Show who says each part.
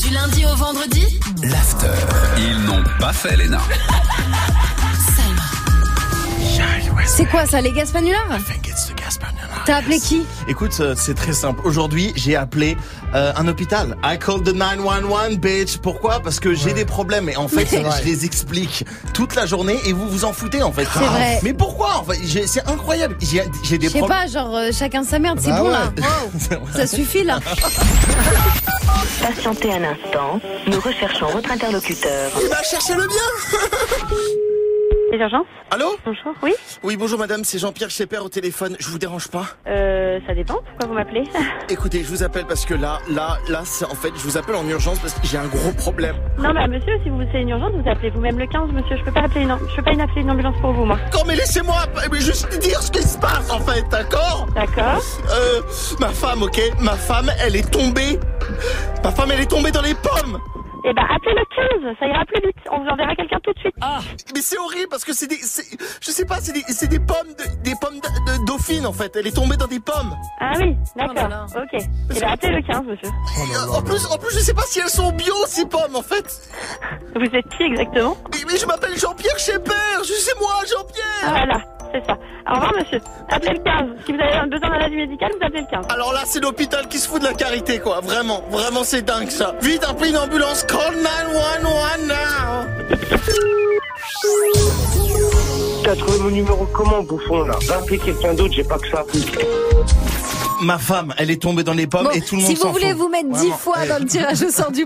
Speaker 1: Du lundi au vendredi
Speaker 2: L'after. Ils n'ont pas fait l'ENA.
Speaker 1: Salma.
Speaker 3: C'est quoi ça, les Gaspanular T'as appelé qui
Speaker 4: Écoute, euh, c'est très simple. Aujourd'hui, j'ai appelé euh, un hôpital. I called the 911, bitch. Pourquoi Parce que j'ai des problèmes. Et en fait, je les explique toute la journée et vous vous en foutez, en fait.
Speaker 3: C'est vrai.
Speaker 4: Mais pourquoi en fait J'ai- C'est incroyable. J'ai j'ai des
Speaker 3: Je sais
Speaker 4: problèmes. Ah
Speaker 3: pas, genre euh, chacun sa merde,
Speaker 4: Bah
Speaker 3: c'est bon là. Wow. ça suffit là.
Speaker 5: Patientez un instant, nous recherchons votre interlocuteur.
Speaker 4: Il va chercher le bien
Speaker 6: Les urgences
Speaker 4: Allô
Speaker 6: Bonjour, oui
Speaker 4: Oui, bonjour madame, c'est Jean-Pierre Schepper au téléphone. Je vous dérange pas
Speaker 6: euh, Ça dépend, pourquoi vous m'appelez
Speaker 4: Écoutez, je vous appelle parce que là, là, là, c'est en fait, je vous appelle en urgence parce que j'ai un gros problème.
Speaker 6: Non mais monsieur, si vous c'est une urgence, vous appelez vous-même le 15, monsieur, je peux pas appeler une, am- je peux pas une appeler une ambulance pour vous, moi.
Speaker 4: D'accord, mais laissez-moi mais juste dire ce qui se passe en fait, d'accord
Speaker 6: D'accord
Speaker 4: Euh, ma femme, ok Ma femme, elle est tombée. Ma femme, elle est tombée dans les pommes.
Speaker 6: Eh ben, appelez le 15, ça ira plus vite, on vous enverra quelqu'un tout de suite.
Speaker 3: Ah.
Speaker 4: Mais c'est horrible parce que c'est des, c'est- je sais pas, c'est des, c'est des pommes, de- des pommes de, de dauphine en fait. Elle est tombée dans des pommes.
Speaker 6: Ah oui,
Speaker 3: Oh là
Speaker 6: d'accord,
Speaker 3: là.
Speaker 6: ok. Eh ben, appelez le 15, monsieur.
Speaker 4: Et, euh, en plus, en plus, je sais pas si elles sont bio ces pommes en fait.
Speaker 6: Vous êtes qui exactement
Speaker 4: Mais, mais je m'appelle Jean-Pierre Schepper. Je sais moi,
Speaker 3: Ah.
Speaker 4: Jean-Pierre.
Speaker 6: Voilà, c'est ça. Au revoir, monsieur. Appelez le 15. Si vous avez besoin d'un avis médical, vous appelez le 15.
Speaker 4: Alors là, c'est l'hôpital qui se fout de la carité quoi. Vraiment, vraiment, c'est dingue ça. Vite, appelez une ambulance. Call 911 now.
Speaker 7: T'as trouvé mon numéro comment, bouffon, là Va appeler quelqu'un d'autre, j'ai pas que ça.
Speaker 4: Ma femme, elle est tombée dans les pommes
Speaker 3: Bon, si vous voulez vous mettre dix fois dans le tirage au sort du